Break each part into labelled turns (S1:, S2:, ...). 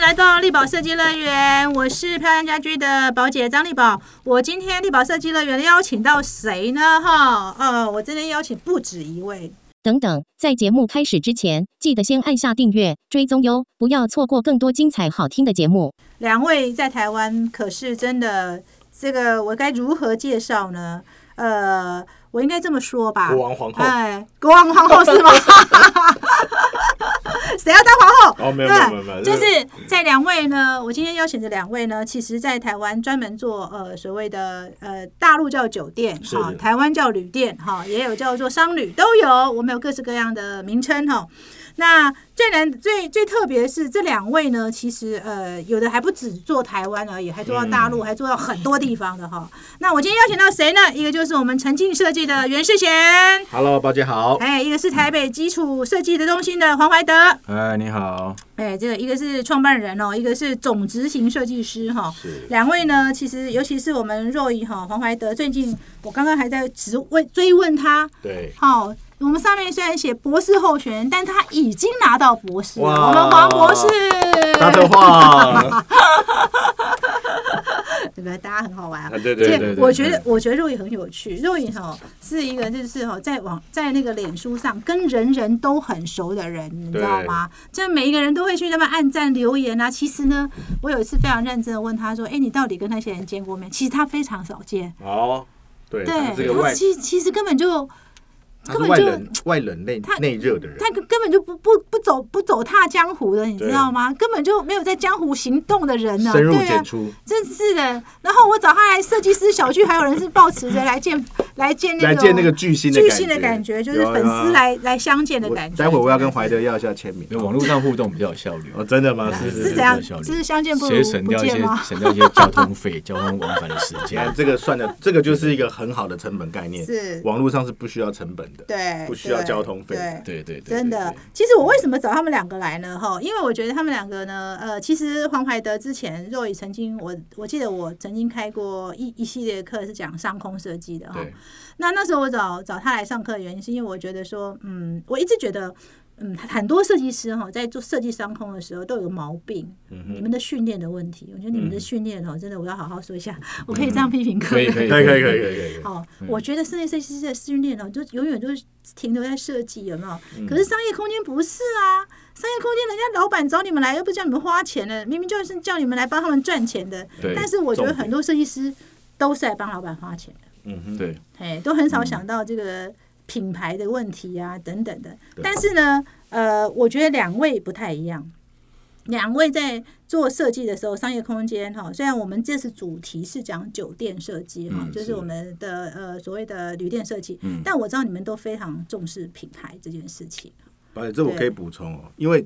S1: 来到力宝设计乐园，我是漂亮家居的宝姐张力宝。我今天力宝设计乐园邀请到谁呢？哈，呃，我今天邀请不止一位，
S2: 等等，在节目开始之前，记得先按下订阅、追踪哟，不要错过更多精彩好听的节目。
S1: 两位在台湾可是真的，这个我该如何介绍呢？呃，我应该这么说吧，
S3: 国王皇后
S1: 哎，国王皇后是吗？ 谁要当皇后？
S3: 哦，没有没有没有没 有，
S1: 对，就是在两位呢，我今天邀请的两位呢，其实在台湾专门做呃所谓的呃大陆叫酒店
S3: 是
S1: 哈，台湾叫旅店哈，也有叫做商旅，都有，我们有各式各样的名称哈。那最难最最特别的是这两位呢，其实呃有的还不止做台湾而已，还做到大陆，还做到很多地方的哈。那我今天邀请到谁呢？一个就是我们沉浸设计的袁世贤，
S4: Hello，宝姐好。
S1: 哎，一个是台北基础设计的中心的黄怀德，
S4: 哎，你好。
S1: 哎，这个一个是创办人哦，一个是总执行设计师哈、
S4: 是
S1: 两位呢，其实尤其是我们若仪哈、黄怀德，最近我刚刚还在直问追问他，
S3: 对，
S1: 好、我们上面虽然写博士候选人，但他已经拿到博士了，
S4: 哇
S1: 我们黄博 士，
S4: 大特 话。
S1: 对不对？大家很好玩啊
S3: 啊。对
S1: 而
S3: 对
S1: 且
S3: 对，
S1: 我
S4: 嗯
S1: 觉得，我觉得若影很有趣。若影哈是一个就是哈在网在那个脸书上跟人人都很熟的人，你知道吗？这每一个人都会去那边按赞留言啊。其实呢，我有一次非常认真的问他说：“哎，你到底跟那些人见过面？”其实他非常少见，
S3: 哦，对，
S4: 是
S1: 对
S4: 个
S1: 他
S4: 外
S1: 其其实根本就
S4: 他是
S1: 根本
S4: 外
S1: 就
S4: 冷外冷内
S1: 他
S4: 内热的人。
S1: 他根根本就不不不走不走踏江湖的，你知
S3: 对
S1: 道吗？根本就没有在江湖行动的人呢。
S4: 深入
S1: 对啊
S4: 浅，出，
S1: 真是的。然后我找他来设计师小区，还有人是抱持着来见来见那个
S4: 来见那个巨星的
S1: 巨星的感觉，就是
S4: 有啊
S1: 粉丝。来来相见的
S4: 有啊
S1: 感觉。
S4: 我待会我要跟怀德要一下签名。
S5: 因为网络上互动比较有效率，
S4: 哦，真的吗？是
S1: 是
S4: 是
S1: 怎样？
S5: 有效率
S1: 就是相见不
S5: 所以
S1: 如
S5: 省
S1: 不
S5: 掉一
S1: 见
S5: 些
S1: 吗？
S5: 省掉一些交通费、交通往返的时
S4: 哎
S5: 间，。
S4: 这个算的，这个就是一个很好的成本概念。
S1: 是
S4: 网络上是不需要成本的。
S1: 对，
S4: 不需要
S1: 对
S4: 交通费
S1: 对。
S5: 对对对，
S1: 真的
S5: 对，
S1: 其实我为什么找他们两个来呢？哈，因为我觉得他们两个呢，呃，其实黄怀德之前若雨曾经，我我记得我曾经开过一一系列课是讲上空设计的哈。
S5: 对
S1: 那那时候我找找他来上课的原因，是因为我觉得说，嗯，我一直觉得，嗯，很多设计师哈，在做设计商空的时候都有个毛病，
S5: 嗯
S1: 你们的训练的问题，我觉得你们的训练哦，真的我要好好说一下，
S5: 嗯
S1: 我可以这样批评客
S5: 可以
S1: 人。
S5: 可以
S4: 可以可以可以可以可以。
S1: 哦，我觉得室内设计师的训练哦，就永远就是停留在设计，有没有？
S4: 嗯
S1: 可是商业空间不是啊，商业空间人家老板找你们来，又不是叫你们花钱的，明明就是叫你们来帮他们赚钱的。
S5: 对
S1: 但是我觉得
S4: 重点
S1: 很多设计师都是来帮老板花钱的。
S4: 嗯
S5: 对
S1: 哎，都很少想到这个品牌的问题啊、等等的。但是呢，呃，我觉得两位不太一样。两位在做设计的时候，商业空间哈，虽然我们这次主题是讲酒店设计哈，
S5: 嗯
S1: 就是我们的呃所谓的旅店设计，
S5: 嗯
S1: 但我知道你们都非常重视品牌这件事情。
S4: 哎，这我可以补充哦，因为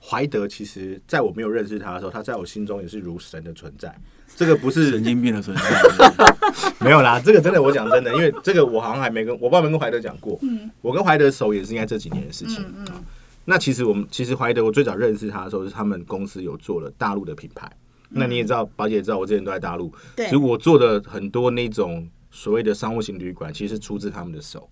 S4: 怀德其实在我没有认识他的时候，他在我心中也是如神的存在。这个不是
S5: 神经病的存在，
S4: 没有啦，这个真的，我讲真的，因为这个我好像还没跟我爸没跟怀德讲过。我跟怀德熟也是应该这几年的事情。啊
S1: 嗯嗯，
S4: 那其实我们其实怀德，我最早认识他的时候是他们公司有做了大陆的品牌。那你也知道，宝姐也知道，我之前都在大陆，
S1: 嗯对
S4: 其实我做的很多那种所谓的商务型旅馆，其实是出自他们的手。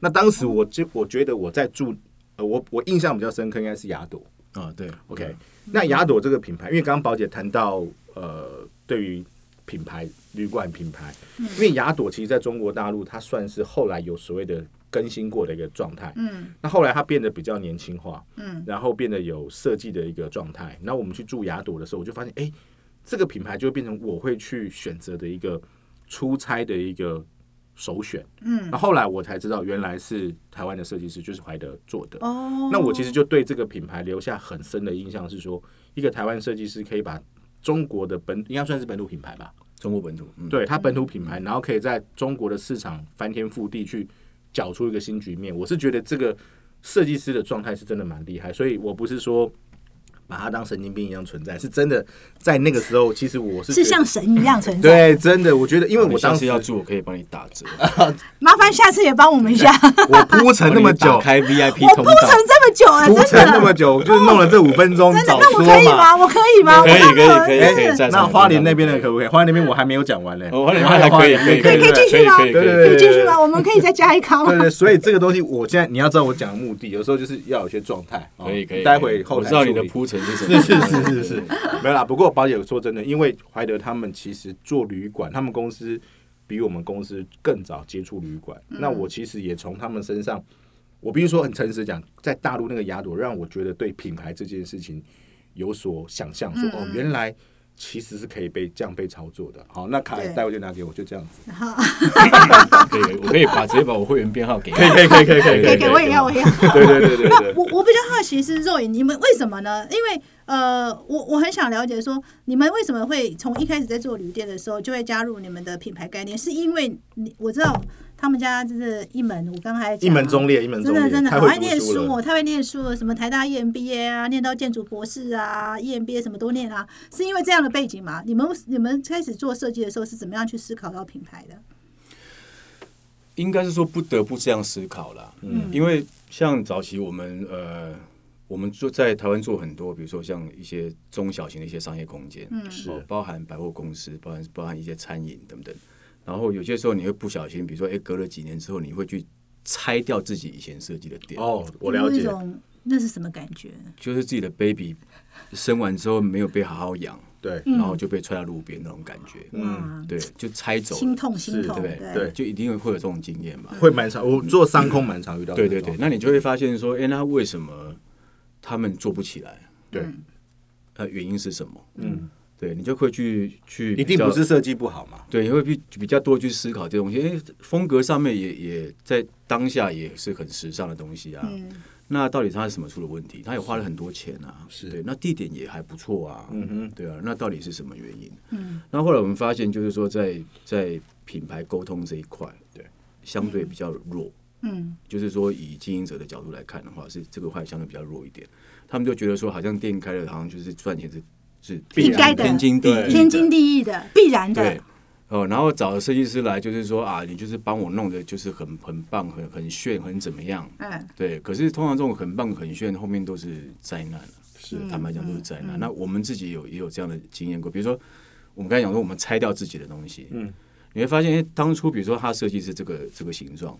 S4: 那当时我就我觉得我在住，呃，我我印象比较深刻应该是雅朵。
S5: 啊对
S1: 嗯
S4: OK，那雅朵这个品牌，因为刚刚宝姐谈到呃，对于品牌旅馆品牌，
S1: 嗯
S4: 因为雅朵其实在中国大陆它算是后来有所谓的更新过的一个状态。
S1: 嗯，
S4: 那后来它变得比较年轻化，
S1: 嗯，
S4: 然后变得有设计的一个状态。那我们去住雅朵的时候，我就发现，哎、这个品牌就会变成我会去选择的一个出差的一个首选。
S1: 嗯，
S4: 那后来我才知道，原来是台湾的设计师就是怀德做的。
S1: 哦，
S4: 那我其实就对这个品牌留下很深的印象，是说一个台湾设计师可以把中国的本应该算是本土品牌吧，
S5: 中国本土，嗯，
S4: 对它本土品牌，然后可以在中国的市场翻天覆地去搅出一个新局面。我是觉得这个设计师的状态是真的蛮厉害，所以我不是说。把它当神经病一样存在，是真的。在那个时候，其实我是觉
S1: 是
S4: 得
S1: 像神一样存在。
S4: 对，真的，我觉得，因为
S5: 哦你
S4: 我
S5: 下
S4: 当
S5: 次
S4: 时
S5: 要住，我可以帮你打折，
S1: 麻烦下次也帮我们一下，
S4: 我铺陈那么
S5: 帮
S4: 久
S5: 哦你打，开 VIP
S1: 我铺
S5: 通
S1: 陈
S5: 道，
S1: 这么久了，
S4: 铺陈
S1: 啊真
S4: 那
S1: 的
S4: 么久，就是弄了这五分钟，
S1: 真的，
S4: 早
S1: 那我
S4: 说
S1: 可以
S4: 嘛。
S1: 吗？我可以吗？
S5: 可以
S1: 我当
S5: 可以
S1: 然
S5: 可以
S1: 真的
S5: 可以在
S4: 哎那花莲那边的可不可以？花莲那边我还没有讲完嘞。
S5: 哦花莲那边还可以可以
S1: 可以可以继续吗？
S5: 可以可以
S4: 可以
S1: 可以继续吗？我们可以再加一咖吗
S4: 对？对，所以这个东西，我现在你要知道我讲的目的，有时候就是要有些状态。哦
S5: 可以可以，
S4: 待会后
S5: 我
S4: 台
S5: 知道你
S4: 处
S5: 的
S4: 理
S5: 铺神经什
S4: 是
S5: 么？
S4: 是是是是，没有啦。不过宝姐说真的，因为怀德他们其实做旅馆，他们公司比我们公司更早接触旅馆。
S1: 嗯
S4: 那我其实也从他们身上，我必须说很诚实地讲，在大陆那个雅朵，让我觉得对品牌这件事情有所想象，
S1: 嗯
S4: 说哦，原来。其实是可以被这样被操作的。好，那卡
S1: 对
S4: 待会就拿给我，就这样子。
S5: 可以，我可以把直接把我会员编号给你。
S4: 可以，可以，可以，可
S1: 给给我也要，我也要。
S4: 对对 对对对
S1: 我我比较好奇是肉眼，你们为什么呢？因为呃，我我很想了解说，你们为什么会从一开始在做旅店的时候就会加入你们的品牌概念？是因为你我知道他们家就是一门，我刚才讲
S4: 一门忠烈，一门
S1: 真
S4: 忠
S1: 的
S4: 烈，
S1: 真的
S4: 太
S1: 好
S4: 会
S1: 爱
S4: 读
S1: 念
S4: 书
S1: 书
S4: 了
S1: 哦，太会念书了，什么台大 EMBA 啊，念到建筑博士啊，EMBA 什么都念啊，是因为这样的背景吗？你们你们开始做设计的时候是怎么样去思考到品牌的？
S5: 应该是说不得不这样思考啦。嗯，因为像早期我们呃，我们做在台湾做很多，比如说像一些中小型的一些商业空间，嗯，
S4: 是
S5: 包含百货公司，包含包含一些餐饮等等。然后有些时候你会不小心，比如说哎，隔了几年之后，你会去拆掉自己以前设计的店，
S4: 哦，我了
S1: 有
S4: 解
S1: 一。种那是什么感觉？
S5: 就是自己的 baby 生完之后没有被好好养，
S4: 对，
S5: 然后就被踹到路边那种感觉，嗯
S1: 哇，
S5: 对，就拆走了，
S1: 心痛心
S4: 是
S1: 痛，
S5: 对不对？
S4: 对
S5: 就一定会有这种经验嘛。
S4: 会蛮常，我做商空蛮常遇到
S5: 对
S4: 这种。
S5: 对对，那你就会发现说，哎、那为什么他们做不起来？
S4: 对，
S5: 呃，原因是什么？嗯，对你就会去去比
S4: 一定
S5: 较
S4: 不是设计不好嘛？
S5: 对，你会比比较多去思考这东西。因为风格上面也也在当下也是很时尚的东西啊。
S1: 嗯
S5: 那到底它是什么出了问题？它也花了很多钱啊，
S4: 是
S5: 对，那地点也还不错啊，
S4: 嗯哼，
S5: 对啊，那到底是什么原因？
S1: 嗯，
S5: 那后来我们发现，就是说在在品牌沟通这一块，
S4: 对，
S5: 相对比较弱。
S1: 嗯
S5: 就是说，以经营者的角度来看的话，是这个块相对比较弱一点。他们就觉得说，好像店开了，好像就是赚钱是是
S1: 必然的
S5: 天经地义的，
S1: 天经地义的，必然
S5: 对
S1: 的，。
S5: 哦，然后找设计师来，就是说啊，你就是帮我弄的，就是很很棒，很很炫，很怎么样？
S1: 嗯
S5: 对。可是通常这种很棒、很炫，后面都是灾难啊
S4: 是
S5: 坦白讲都是灾难。那我们自己有也有这样的经验过，比如说我们刚才讲说我们拆掉自己的东西，
S4: 嗯，
S5: 你会发现，哎，当初比如说它设计是这个这个形状，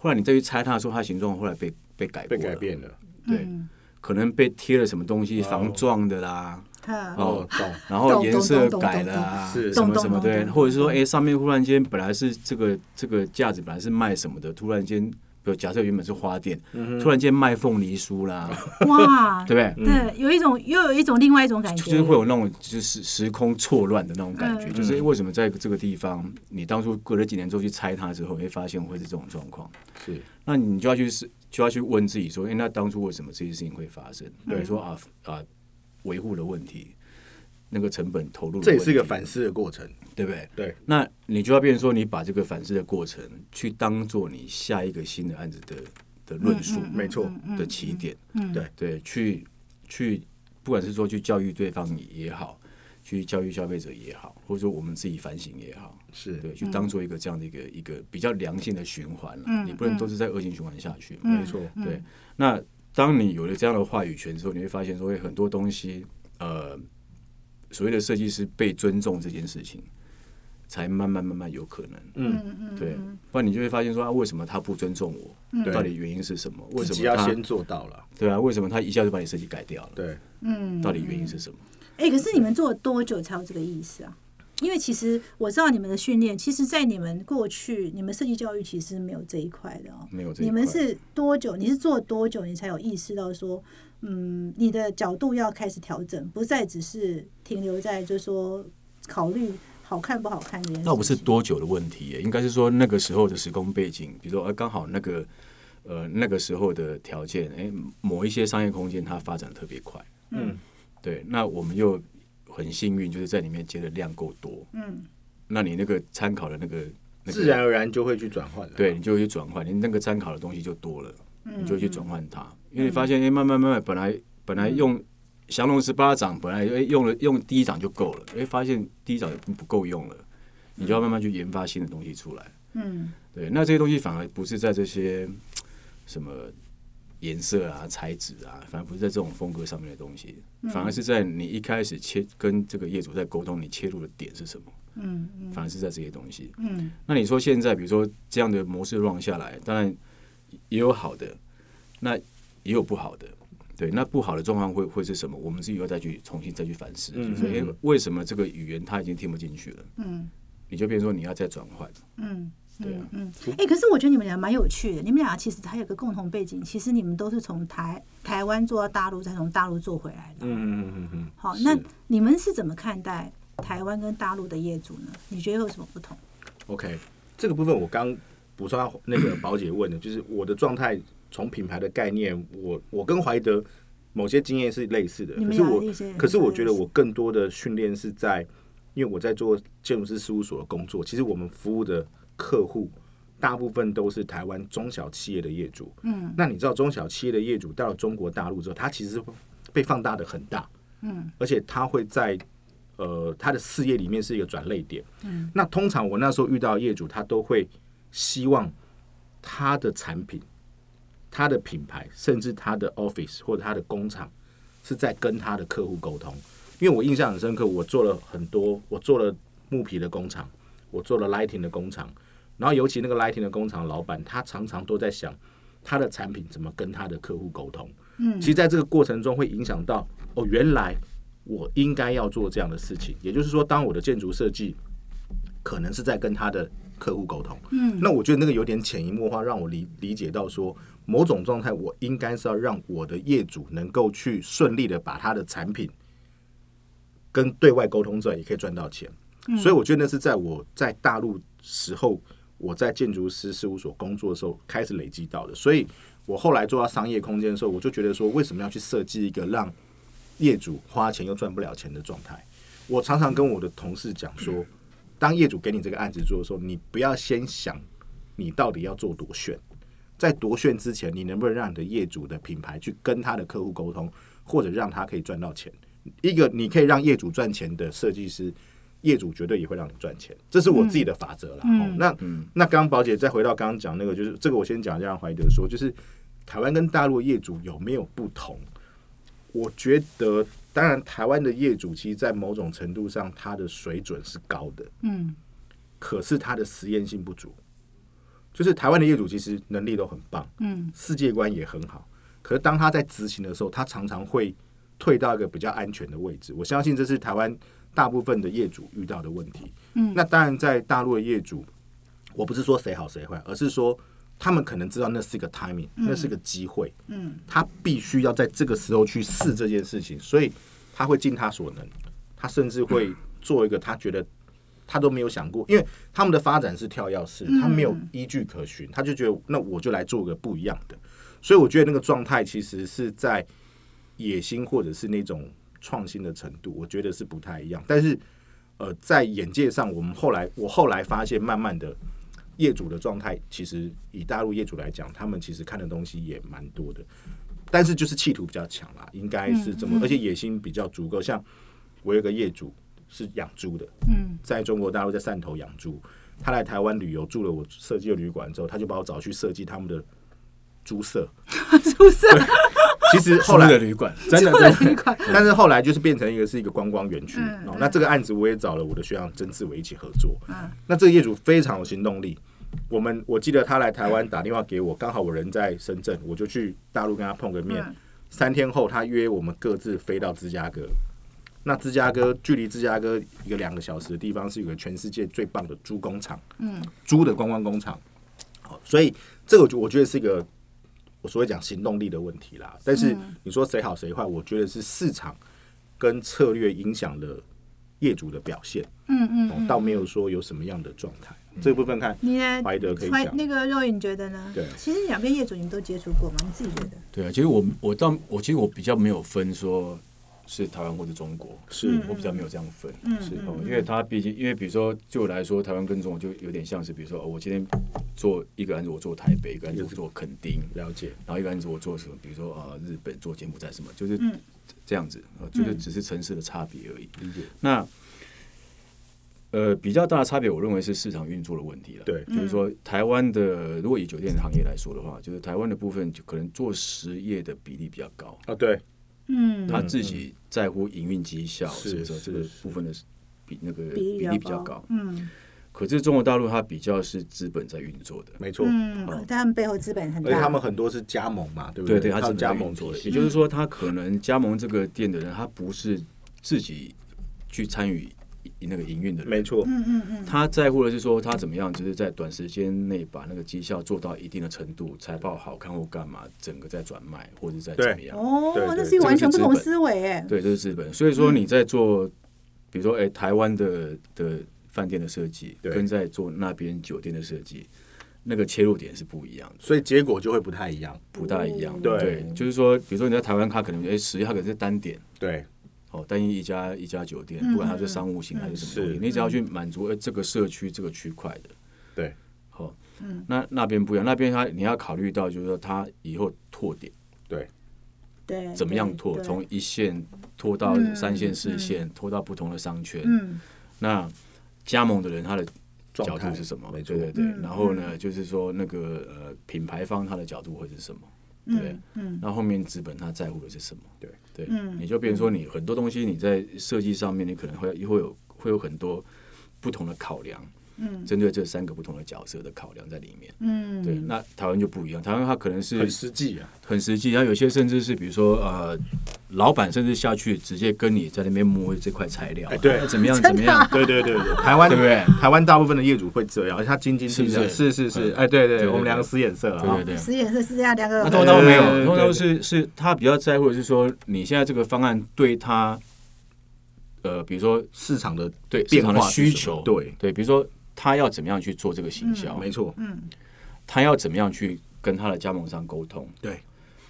S5: 后来你再去拆它的时候，它形状后来被被改
S4: 被
S5: 过
S4: 改
S5: 了，
S4: 变哦了。
S5: 对，
S1: 嗯
S5: 可能被贴了什么东西防撞的啦，
S1: 嗯，
S4: 哦，懂。
S5: 然
S1: 懂
S5: 后颜
S1: 懂
S5: 色
S1: 懂
S5: 改
S1: 懂
S5: 了啊，
S4: 懂是
S5: 什么
S1: 懂
S5: 什么
S1: 懂懂
S5: 对，
S1: 懂
S5: 或者是说，哎，上面忽然间本来是这个这个架子本来是卖什么的，突然间，比如假设原本是花店，
S4: 嗯
S5: 突然间卖凤梨酥 啦，
S1: 哇，
S5: 对不对？
S1: 对，有一种又有一种另外一种感觉，
S5: 就是会有那种就是时空错乱的那种感觉，
S1: 嗯
S5: 就是诶为什么在这个地方，你当初隔了几年之后去拆它之后，你会发现会是这种状况。
S4: 是
S5: 那你就要去思，就要去问自己说，哎、那当初为什么这些事情会发生？比
S4: 嗯
S5: 如说啊啊，维护的问题，那个成本投入的问题，
S4: 这也是一个反思的过程。
S5: 对不对？
S4: 对，
S5: 那你就要变成说，你把这个反思的过程，去当做你下一个新的案子的的论述，
S4: 没错，
S5: 的起点，
S1: 嗯
S4: 对
S5: 对，去去，不管是说去教育对方也好，去教育消费者也好，或者说我们自己反省也好，
S4: 是
S5: 对，去当做一个这样的一个一个比较良性的循环了。你不能都是在恶性循环下去嘛。
S4: 没错。
S5: 对，那当你有了这样的话语权之后，你会发现说，诶很多东西，呃，所谓的设计师被尊重这件事情，才慢慢慢慢有可能。
S4: 嗯，嗯
S5: 对，不然你就会发现说，啊，为什么他不尊重我？
S4: 对
S5: 到底原因是什么？为
S4: 自
S5: 什
S4: 己
S5: 么
S4: 要
S5: 他
S4: 先做到了。
S5: 对啊？为什么他一下就把你设计改掉了？
S4: 对，嗯
S5: 到底原因是什么？
S1: 哎，可是你们做了多久才有这个意思啊？因为其实我知道你们的训练，其实，在你们过去，你们设计教育其实是没有这一块的哦。
S5: 没有这一
S1: 你们
S5: 块
S1: 是多久？你是做多久，你才有意识到说，嗯，你的角度要开始调整，不再只是停留在就是说考虑好看不好看这件事情。
S5: 倒不是多久的问题耶，应该是说那个时候的时空背景，比如说呃，刚好那个呃那个时候的条件，哎，某一些商业空间它发展得特别快，
S4: 嗯，
S5: 对，那我们又很幸运，就是在里面接的量够多，嗯，那你那个参考的那个那个
S4: 自然而然就会去转换了。
S5: 对，啊你就会去转换，你那个参考的东西就多了，你就会去转换它，因为你发现，哎、慢慢慢慢，本来本来用降龙十八掌，本来哎、用了用第一掌就够了，哎、发现第一掌不不够用了，你就要慢慢去研发新的东西出来。
S1: 嗯，
S5: 对，那这些东西反而不是在这些什么颜色啊、材质啊，反而不是在这种风格上面的东西，反而是在你一开始切跟这个业主在沟通，你切入的点是什么？
S1: 嗯
S5: 嗯，反而是在这些东西。
S1: 嗯，
S5: 那你说现在，比如说这样的模式 run 下来，当然也有好的，那也有不好的。对，那不好的状况会会是什么？我们自己要再去重新再去反思，
S4: 嗯
S5: 就是诶为什么这个语言他已经听不进去了？
S1: 嗯
S5: 你就变成说你要再转换，
S1: 嗯。
S5: 对啊
S1: 嗯嗯，哎、可是我觉得你们俩蛮有趣的。你们俩其实还有个共同背景，其实你们都是从台台湾做到大陆，再从大陆做回来的。
S4: 嗯嗯嗯嗯，
S1: 好，
S4: 是
S1: 那你们是怎么看待台湾跟大陆的业主呢？你觉得有什么不同？
S4: OK，这个部分我刚补充到那个宝姐问的，就是我的状态从品牌的概念，我我跟怀德某些经验是类似的，
S1: 你
S4: 可
S1: 们
S4: 是
S1: 俩
S4: 我
S1: 的一些
S4: 可是我觉得
S1: 类似
S4: 我更多的训练是在，因为我在做建筑师事务所的工作，其实我们服务的客户大部分都是台湾中小企业的业主，
S1: 嗯
S4: 那你知道中小企业的业主到了中国大陆之后，它其实会被放大的很大，
S1: 嗯，
S4: 而且它会在呃它的事业里面是一个转类点。
S1: 嗯，
S4: 那通常我那时候遇到的业主，他都会希望他的产品、他的品牌，甚至他的 office 或者他的工厂是在跟他的客户沟通。因为我印象很深刻，我做了很多，我做了木皮的工厂，我做了 lighting 的工厂，然后尤其那个 lighting 的工厂老板，他常常都在想他的产品怎么跟他的客户沟通。嗯，其实在这个过程中会影响到哦，原来我应该要做这样的事情，也就是说，当我的建筑设计可能是在跟他的客户沟通。嗯，那我觉得那个有点潜移默化，让我理理解到说，某种状态我应该是要让我的业主能够去顺利的把他的产品跟对外沟通之外，也可以赚到钱。所以我觉得那是在我在大陆时候，我在建筑师事务所工作的时候开始累积到的。所以我后来做到商业空间的时候，我就觉得说，为什么要去设计一个让业主花钱又赚不了钱的状态？我常常跟我的同事讲说，当业主给你这个案子做的时候，你不要先想你到底要做多炫，在多炫之前，你能不能让你的业主的品牌去跟他的客户沟通，或者让他可以赚到钱？一个你可以让业主赚钱的设计师，业主绝对也会让你赚钱，这是我自己的法则啦。哦、那、那刚刚宝姐再回到刚刚讲那个，就是这个我先讲一下，让怀德说，就是台湾跟大陆业主有没有不同？我觉得，当然，台湾的业主其实，在某种程度上，他的水准是高的，
S1: 嗯
S4: 可是他的实验性不足。就是台湾的业主其实能力都很棒，
S1: 嗯
S4: 世界观也很好，可是当他在执行的时候，他常常会退到一个比较安全的位置。我相信这是台湾大部分的业主遇到的问题。嗯，那当然，在大陆的业主，我不是说谁好谁坏，而是说他们可能知道那是一个 timing，、那是个机会，
S1: 嗯
S4: 他必须要在这个时候去试这件事情，所以他会尽他所能，他甚至
S1: 嗯
S4: 会做一个他觉得他都没有想过，因为他们的发展是跳跃式，他没有依据可循，他就觉得那我就来做个不一样的，所以我觉得那个状态其实是在野心或者是那种创新的程度，我觉得是不太一样，但是。呃，在眼界上，我们后来我后来发现，慢慢的业主的状态，其实以大陆业主来讲，他们其实看的东西也蛮多的，但是就是企图比较强啦，应该是这么，而且野心比较足够。像我有个业主是养猪的，
S1: 嗯
S4: 在中国大陆在汕头养猪，他来台湾旅游住了我设计的旅馆之后，他就把我找去设计他们的 猪舍。
S1: 宿舍
S4: 其实后
S5: 租
S4: 来
S5: 的旅馆真的
S1: 的旅馆，
S4: 但是后来就是变成一个是一个观光园区、
S1: 嗯
S4: 哦。那这个案子我也找了我的学长曾志伟一起合作。
S1: 嗯
S4: 那这个业主非常有行动力。我们我记得他来台湾
S1: 嗯
S4: 打电话给我，刚好我人在深圳，我就去大陆跟他碰个面。
S1: 嗯
S4: 三天后，他约我们各自飞到芝加哥。那芝加哥距离芝加哥一个两个小时的地方，是有个全世界最棒的猪工厂，
S1: 嗯，
S4: 猪的观光工厂。好，所以这个我觉我觉得是一个我所谓讲行动力的问题啦。但是
S1: 嗯
S4: 你说谁好谁坏，我觉得是市场跟策略影响了业主的表现，
S1: 嗯嗯，
S4: 哦，倒没有说有什么样的状态。这部分看
S1: 你呢？
S4: 怀德可以
S1: 怀
S4: 讲，
S1: 那个肉颖觉得呢？
S4: 对
S1: 其实两边业主你们都接触过吗？你自己觉得？
S5: 对啊，其实我我到我其实我比较没有分说是台湾或者中国，
S4: 是
S5: 我比较没有这样分，
S1: 嗯
S5: 是
S1: 嗯
S5: 哦，因为它毕竟因为比如说对我来说，台湾跟中国就有点像是，比如说、哦、我今天做一个案子我做台北，一个案子我做垦丁，
S4: 了解，
S5: 然后一个案子我做什么，比如说呃日本做柬埔寨什么，就是
S1: 嗯
S5: 这样子，呃就是只是城市的差别而已。
S4: 理解，
S5: 那呃，比较大的差别，我认为是市场运作的问题了。
S4: 对
S5: 就是说，台湾的如果以酒店行业来说的话，就是台湾的部分就可能做实业的比例比较高，
S4: 啊，对，
S1: 嗯
S5: 他自己在乎营运绩效，
S4: 是
S5: 什么时候
S4: 是
S5: 这个
S4: 是
S5: 部分的比那个
S1: 比
S5: 比
S1: 例
S5: 例
S1: 比
S5: 比
S1: 较
S5: 较
S1: 高
S5: 高。
S1: 嗯
S5: 可是中国大陆它比较是资本在运作的，
S4: 没错。
S1: 嗯，但他们背后资本很
S4: 而且
S1: 大，
S4: 他们很多是加盟嘛，对不
S5: 对
S4: 对，
S5: 它
S4: 他
S5: 是
S4: 是加盟做的。
S5: 也就是说，它可能加盟这个店的人，他不是自己去参与那个营运的人，
S4: 没错，
S1: 嗯嗯嗯，
S5: 他在乎的是说他怎么样，就是在短时间内把那个绩效做到一定的程度，财报好看或干嘛，整个再转卖或者再怎么样。
S1: 哦
S4: 对，对
S1: 那是一个
S5: 这
S1: 完
S5: 个是
S1: 全不
S5: 资
S1: 同
S5: 本
S1: 思维哎，
S5: 对，这是资本。所以说你在做，比如说哎、台湾的的饭店的设计，
S4: 对
S5: 跟在做那边酒店的设计，那个切入点是不一样的。
S4: 所以结果就会不太一样。
S5: 不大一样，
S4: 对
S5: 就是说，比如说你在台湾，它可能哎，实际它可能是单点，
S4: 对，
S5: 哦，单一一家一家酒
S1: 嗯
S5: 店，不管它是商务型还是什么东西，
S4: 是嗯
S5: 你只要去满足哎这个社区这个区块的，
S4: 对，
S5: 好、
S1: 嗯
S5: 那那边不一样，那边它你要考虑到就是说它以后拓点
S4: 对，
S1: 对，
S5: 怎么样
S1: 对
S5: 拓，
S1: 对
S5: 从一线拓到
S1: 嗯
S5: 三线、四线，拓到不同的商圈。
S1: 嗯
S5: 那加盟的人他的角
S4: 状态
S5: 度是什么？
S4: 没
S5: 对
S4: 错，
S5: 对对。
S1: 嗯
S5: 然后呢，就是说那个呃品牌方他的角度会是什么？对
S1: 嗯嗯
S5: 那后面资本他在乎的是什么？
S4: 对
S5: 对，
S1: 嗯
S5: 你就变成说你很多东西你在设计上面，你可能会会有会有很多不同的考量，
S1: 嗯
S5: 针对这三个不同的角色的考量在里面。
S1: 嗯，
S5: 对，那台湾就不一样，台湾它可能是
S4: 很实际啊。
S5: 很实际，然后有些甚至是比如说呃，老板甚至下去直接跟你在那边摸这块材料，啊
S4: 哎对
S5: 怎么 样怎么
S1: 啊
S5: 样，
S4: 对对对对， 台湾
S5: 对不对？
S4: 台湾大部分的业主会这样，而且他斤斤计较。
S5: 是不
S4: 是
S5: 是
S4: 是是，哎，对对
S5: 对
S4: 对，我们两个使眼色啊。
S5: 对对对。
S1: 实验室是这样两个
S5: 那通常没有
S4: 对呃对，对
S5: 通常是是他比较在乎的是说你现在这个方案对他，呃，比如说
S4: 市场的
S5: 对市
S4: 变
S5: 场
S4: 化
S5: 的
S4: 是什
S5: 需
S4: 么
S5: 求，哦
S4: 对
S5: 对，比如说他要怎么样去做这个行销，
S4: 没错，
S1: 嗯
S5: 他要怎么样去跟他的加盟商沟通，
S4: 对，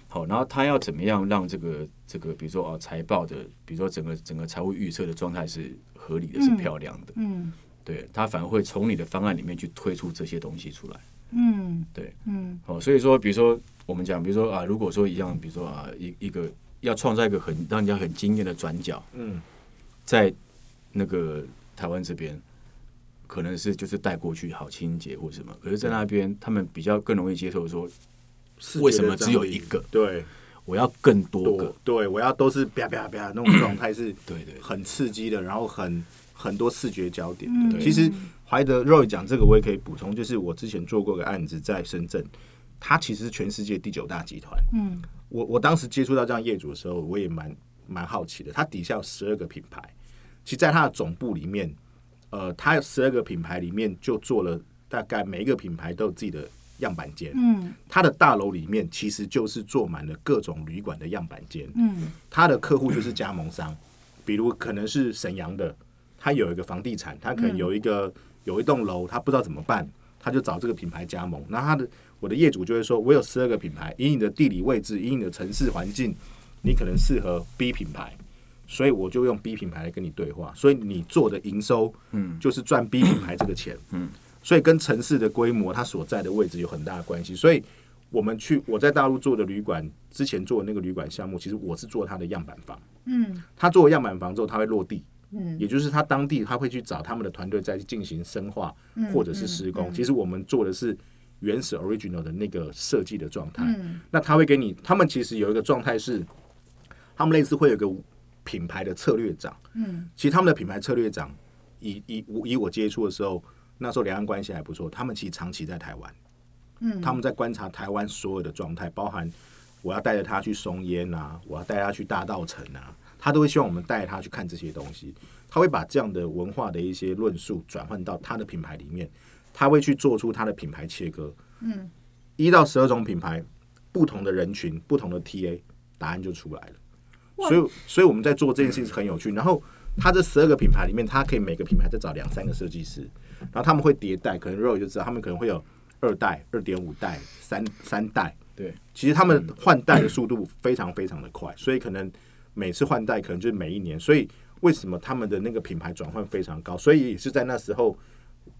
S5: 好，然后他要怎么样让这个这个，比如说啊财报的，比如说整个整个财务预测的状态是合理的，是
S1: 嗯
S5: 漂亮的，
S1: 嗯
S5: 对他反而会从你的方案里面去推出这些东西出来，
S1: 嗯
S5: 对，
S1: 嗯
S5: 哦，所以说，比如说我们讲，比如说啊，如果说一样，比如说啊，一一个要创造一个很让人家很惊艳的转角，
S4: 嗯，
S5: 在那个台湾这边，可能是就是带过去好清洁或什么，可是，在那边他们比较更容易接受说，
S4: 视觉的
S5: 为什么只有一
S4: 张
S5: 个
S4: 力？对，
S5: 我要更多
S4: 多
S5: 个，，
S4: 对我要都是啪啪啪那种状态是
S5: 对对
S4: 很刺激的，然后 很很多视觉焦点的。
S5: 对
S4: 其实怀德 Roy 讲这个，我也可以补充，就是我之前做过个案子在深圳，它其实是全世界第九大集团。
S1: 嗯
S4: 我我当时接触到这样业主的时候，我也蛮蛮好奇的。它底下有十二个品牌，其实在它的总部里面，呃，它十二个品牌里面就做了大概每一个品牌都有自己的样板间。
S1: 嗯
S4: 它的大楼里面其实就是坐满了各种旅馆的样板间。
S1: 嗯
S4: 他的客户就是加盟商，比如可能是沈阳的，他有一个房地产，他可能有一个、有一栋楼，他不知道怎么办，他就找这个品牌加盟。那他的我的业主就会说，我有十二个品牌，以你的地理位置，以你的城市环境，你可能适合 B 品牌，所以我就用 B 品牌来跟你对话。所以你做的营收，嗯，就是赚 B 品牌这个钱，嗯，所以跟城市的规模，它所在的位置有很大的关系。所以我们去我在大陆做的旅馆，之前做的那个旅馆项目，其实我是做它的样板房。
S1: 嗯
S4: 他做了样板房之后，他会落地，
S1: 嗯
S4: 也就是他当地他会去找他们的团队再去进行深化
S1: 嗯
S4: 或者是施工。其实我们做的是原始 original 的那个设计的状态。
S1: 嗯
S4: 那他会给你，他们其实有一个状态是，他们类似会有一个品牌的策略长。
S1: 嗯
S4: 其实他们的品牌策略长，以以我以我接触的时候，那时候两岸关系还不错，他们其实长期在台湾，
S1: 嗯
S4: 他们在观察台湾所有的状态，包含我要带着他去松烟啊，我要带他去大道城啊，他都会希望我们带着他去看这些东西，他会把这样的文化的一些论述转换到他的品牌里面，他会去做出他的品牌切割，
S1: 嗯，
S4: 一到十二种品牌，不同的人群，不同的 TA，答案就出来了。所以，所以我们在做这件事情是很有趣。然后，它这十二个品牌里面，它可以每个品牌再找两三个设计师，然后他们会迭代，可能 Roy 就知道，他们可能会有二代、二点五代、三三代。
S5: 对，
S4: 其实他们换代的速度非常非常的快，所以可能每次换代可能就是每一年，所以为什么他们的那个品牌转换非常高？所以也是在那时候，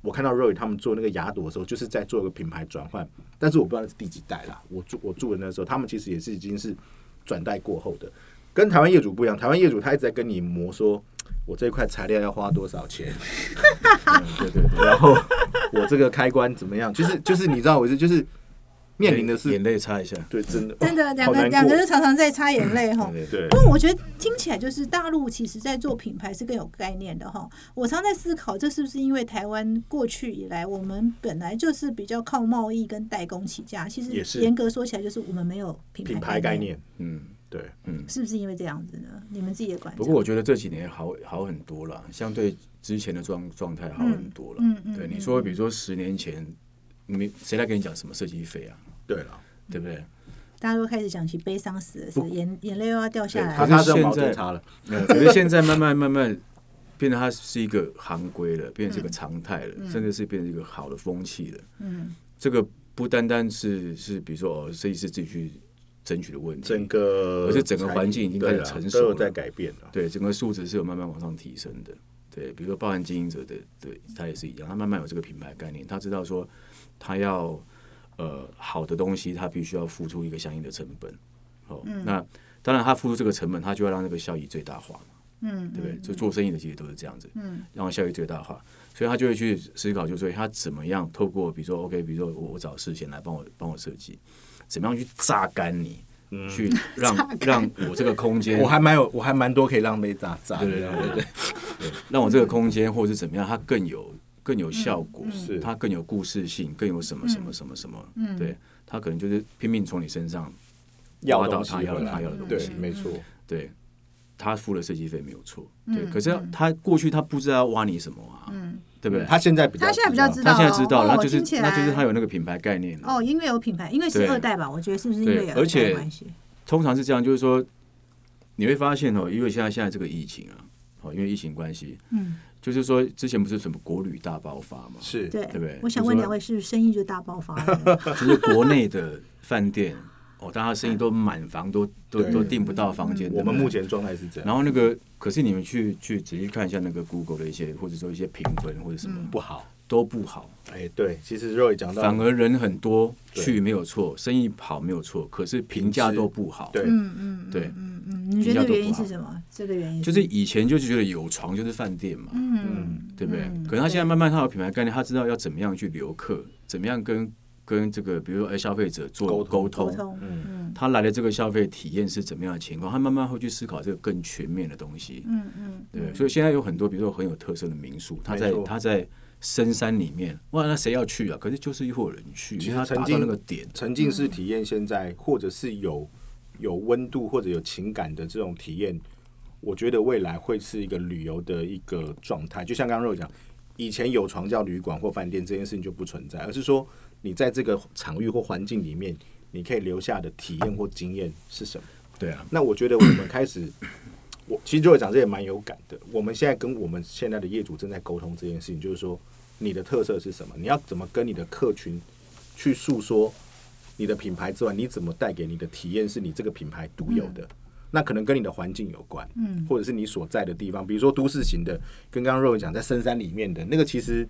S4: 我看到 Roy 他们做那个雅朵的时候，就是在做一个品牌转换，但是我不知道那是第几代啦。我住我住的那时候，他们其实也是已经是转代过后的，跟台湾业主不一样。台湾业主他一直在跟你磨说，我这块材料要花多少钱，
S5: 嗯对对对，
S4: 然后我这个开关怎么样？就是就是你知道我是就是 面临的
S5: 眼
S4: 是，
S5: 泪擦一下，
S4: 对，真的
S1: 真的，
S4: 哦
S1: 两
S4: 好
S1: 个
S4: 难
S1: 两个
S4: 过
S1: 就常常在擦眼泪哈。
S5: 对对
S4: 对
S1: 因为我觉得听起来就是大陆其实在做品牌是更有概念的哈。我常在思考，这是不是因为台湾过去以来，我们本来就是比较靠贸易跟代工起家，其
S4: 也
S1: 实
S4: 是
S1: 严格说起来就是我们没有品牌
S4: 品牌概，念，
S5: 嗯。
S4: 对，
S1: 是不是因为这样子呢？你们自己的观察？
S5: 不过我觉得这几年好好很多了，相对之前的状状态好很多了。
S1: 嗯嗯嗯
S5: 对，你说比如说十年前，你谁来跟你讲什么设计费啊？
S4: 对了，
S5: 对
S4: 嗯
S5: 不对？
S1: 大家都开始讲起悲伤死的事，眼眼泪又要掉下
S4: 对
S1: 来
S4: 他
S5: 可
S1: 了。
S4: 他
S5: 是
S4: 是用
S5: 现
S4: 毛巾
S5: 在
S4: 擦 了，
S5: 呃可是现在慢慢慢慢变成它是一个行规了，变
S4: 嗯
S5: 成是一个常态了，甚至是变成一个好的风气了。
S1: 嗯，
S5: 这个不单单是是比如说哦，设计师自己去争取的问题，
S4: 整个
S5: 而且整个环境已经开始
S4: 对啦
S5: 成熟了
S4: 都有在改变了。
S5: 对整个素质是有慢慢往上提升的。对，比如说包含经营者的，对他也是一样，他慢慢有这个品牌概念，他知道说他要呃好的东西，他必须要付出一个相应的成本。哦，
S1: 嗯
S5: 那当然他付出这个成本，他就要让那个效益最大化嘛。
S1: 嗯，
S5: 对不对？就做生意的其实都是这样子，嗯，让效益最大化，所以他就会去思考，就是说他怎么样透过，比如说 OK，比如说我我找事先来帮我帮我设计，怎么样去榨干你，去让让我这个空间，
S4: 嗯我还蛮有，我还蛮多可以让妹砸砸的。
S5: 对对对对，让我这个空间或者是怎么样，它更有更有效果，
S1: 嗯
S4: 是
S5: 它更有故事性，更有什么什么什么什么，
S1: 嗯
S5: 对，他可能就是拼命从你身上
S4: 要
S5: 挖到
S4: 东西
S5: 他要
S4: 回来
S5: 他要的东
S4: 对
S5: 西，，
S4: 没错，
S5: 对，他付了设计费没有错，对，
S1: 嗯
S5: 可是他过去他不知道要挖你什么啊，对不对？
S4: 嗯他现在比较
S1: 他现在比较嗯知道
S5: 他现在知道
S1: 哦
S5: 了，那就
S1: 听起
S5: 是
S1: 来
S5: 那就是他有那个品牌概念了。
S1: 哦，因为有品牌，因为是
S5: 对
S1: 二代吧，我觉得是不是因为
S5: 对
S1: 有
S5: 而且
S1: 有关系？
S5: 通常是这样，就是说你会发现哦，因为现在现在这个疫情啊，哦，因为疫情关系，
S1: 嗯，
S5: 就是说之前不是什么国旅大爆发嘛，
S4: 是
S1: 对，
S5: 对不对
S1: 我想
S5: 就
S1: 问
S5: 说
S1: 两位，是不是生意就大爆发 了？
S5: 就是国内的饭店哦，大家生意都满房，都都
S4: 对嗯
S5: 都订不到房间。
S4: 我们
S5: 对不对
S4: 目前状态是这样，
S5: 然后那个，可是你们去去仔细看一下那个 Google 的一些，或者说一些评分或者什么，
S4: 不好。
S5: 都不好，
S4: 哎，对，其实 Roy 讲到
S5: 反而人很多
S4: 对
S5: 去没有错，生意好没有错，可是评价
S4: 品质
S5: 都不好。
S4: 对
S1: 嗯嗯嗯
S5: 对，
S1: 嗯嗯，你觉得
S5: 比较多
S1: 原因
S5: 不好
S1: 是什么？这个原因
S5: 就是以前就是觉得有床就是饭店嘛，
S1: 嗯
S5: 对不对？
S1: 嗯
S5: 可是他现在
S1: 对
S5: 慢慢他有品牌概念，他知道要怎么样去留客，怎么样跟跟这个比如说哎消费者做
S4: 沟通
S5: 沟
S1: 沟
S5: 通，
S1: 通，嗯
S5: 他来的这个消费体验是怎么样的情况，他慢慢会去思考这个更全面的东西，
S1: 嗯嗯
S5: 对不对？所以现在有很多比如说很有特色的民宿，他在
S4: 没错
S5: 他在深山里面，哇，那谁要去啊？可是就是又有人去，
S4: 其实
S5: 因为他
S4: 曾
S5: 达
S4: 经
S5: 到那个点，
S4: 沉浸式体验，现在或者是有有温度或者有情感的这种体验，我觉得未来会是一个旅游的一个状态。就像刚刚 Roy 讲，以前有床叫旅馆或饭店这件事情就不存在，而是说你在这个场域或环境里面，你可以留下的体验或经验是什么。
S5: 对啊，
S4: 那我觉得我们开始，我其实就会讲这也蛮有感的。我们现在跟我们现在的业主正在沟通这件事情，就是说你的特色是什么，你要怎么跟你的客群去诉说你的品牌之外，你怎么带给你的体验是你这个品牌独有的。那可能跟你的环境有关，嗯，或者是你所在的地方，比如说都市型的，跟刚刚肉讲在深山里面的那个，其实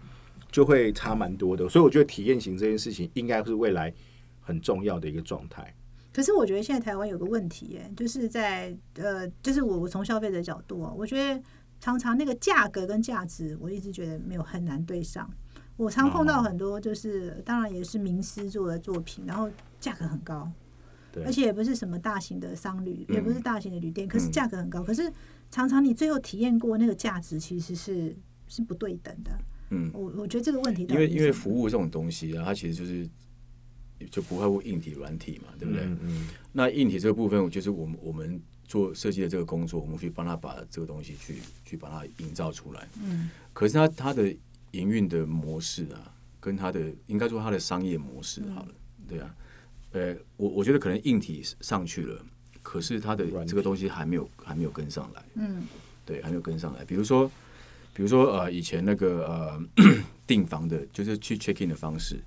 S4: 就会差蛮多的。所以我觉得体验型这件事情应该是未来很重要的一个状态。
S1: 可是我觉得现在台湾有个问题耶，就是在呃，就是我我从消费者角度啊，我觉得常常那个价格跟价值，我一直觉得没有很难对上。我常碰到很多就是，当然也是名师做的作品，然后价格很高，
S4: 对
S1: 而且也不是什么大型的商旅，
S5: 嗯
S1: 也不是大型的旅店，可是价格很高。可是常常你最后体验过那个价值，其实是是不对等的。
S5: 嗯
S1: 我我觉得这个问题到
S5: 因
S1: 底
S5: 为
S1: 是
S5: 因为
S1: 什么
S5: 服务这种东西啊，它其实就是就不外乎硬体软体嘛，对不对？
S4: 嗯，
S5: 那硬体这个部分，我就是我们我们做设计的这个工作，我们去帮他把这个东西去去把它营造出来。
S1: 嗯，
S5: 可是他他的营运的模式啊，跟他的应该说他的商业模式好了，对啊，呃，我我觉得可能硬体上去了，可是他的
S4: 软体
S5: 这个东西还没有还没有跟上来，
S1: 嗯
S5: 对，还没有跟上来。比如说，比如说呃，以前那个呃订房的，就是去 check in 的方式，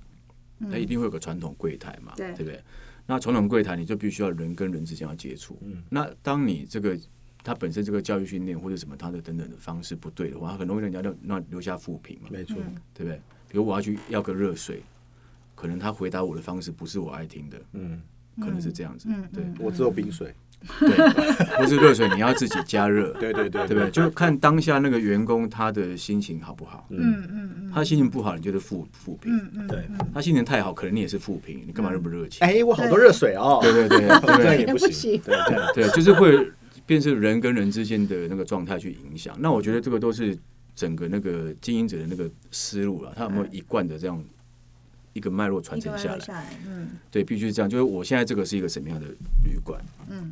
S5: 它一定会有个传统柜台嘛，
S1: 嗯对
S5: 不对？那传统柜台你就必须要人跟人之间要接触。那当你这个它本身这个教育训练或者什么它的等等的方式不对的话，它很容易让人家让让留下负评嘛，
S4: 没错，
S5: 对不对？比如我要去要个热水，可能他回答我的方式不是我爱听的，
S4: 嗯，
S5: 可能是这样子。
S1: 嗯
S5: 对
S1: 嗯
S4: 我只有冰水，
S5: 对，或是热水你要自己 加热，
S4: 对对对
S5: 对不对？就看当下那个员工他的心情好不好。
S1: 嗯嗯嗯
S5: 他心情不好，你就是负负评；
S1: 嗯嗯，
S4: 对。
S5: 他心情太好，可能你也是负评。你干嘛那么热情？
S4: 哎，我好多热水哦，
S5: 对对对对 对
S4: 这样也
S1: 也
S4: 不
S1: 不
S4: 行
S1: 行，
S4: 对这样
S5: 对，就是会变成人跟人之间的那个状态去影响。那我觉得这个都是整个那个经营者的那个思路了，他有没有一贯的这样一个脉络传
S1: 一个
S5: 承
S1: 弯
S5: 下
S1: 落
S5: 来？
S1: 下来，嗯
S5: 对，必须是这样。就是我现在这个是一个什么样的旅馆，
S1: 嗯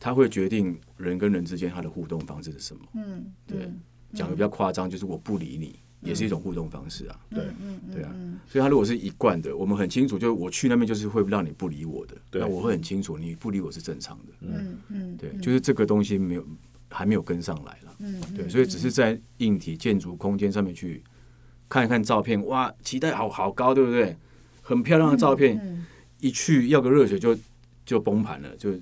S5: 它会决定人跟人之间他的互动方式是什么。
S1: 嗯，
S5: 对
S1: 嗯，
S5: 讲的比较夸张，就是我不理你，也是一种互动方式啊。
S4: 对
S1: 嗯嗯
S5: 对啊
S1: 嗯
S5: 所以他如果是一贯的，我们很清楚，就是我去那边就是会让你不理我的，
S4: 对
S5: 那我会很清楚你不理我是正常的。
S1: 嗯嗯，
S5: 对，就是这个东西没有还没有跟上来了。
S1: 嗯嗯
S5: 对，所以只是在硬体建筑空间上面去看一看照片，哇，期待好好高，对不对？很漂亮的照片，
S1: 嗯，
S5: 一去要个热水就就崩盘了，就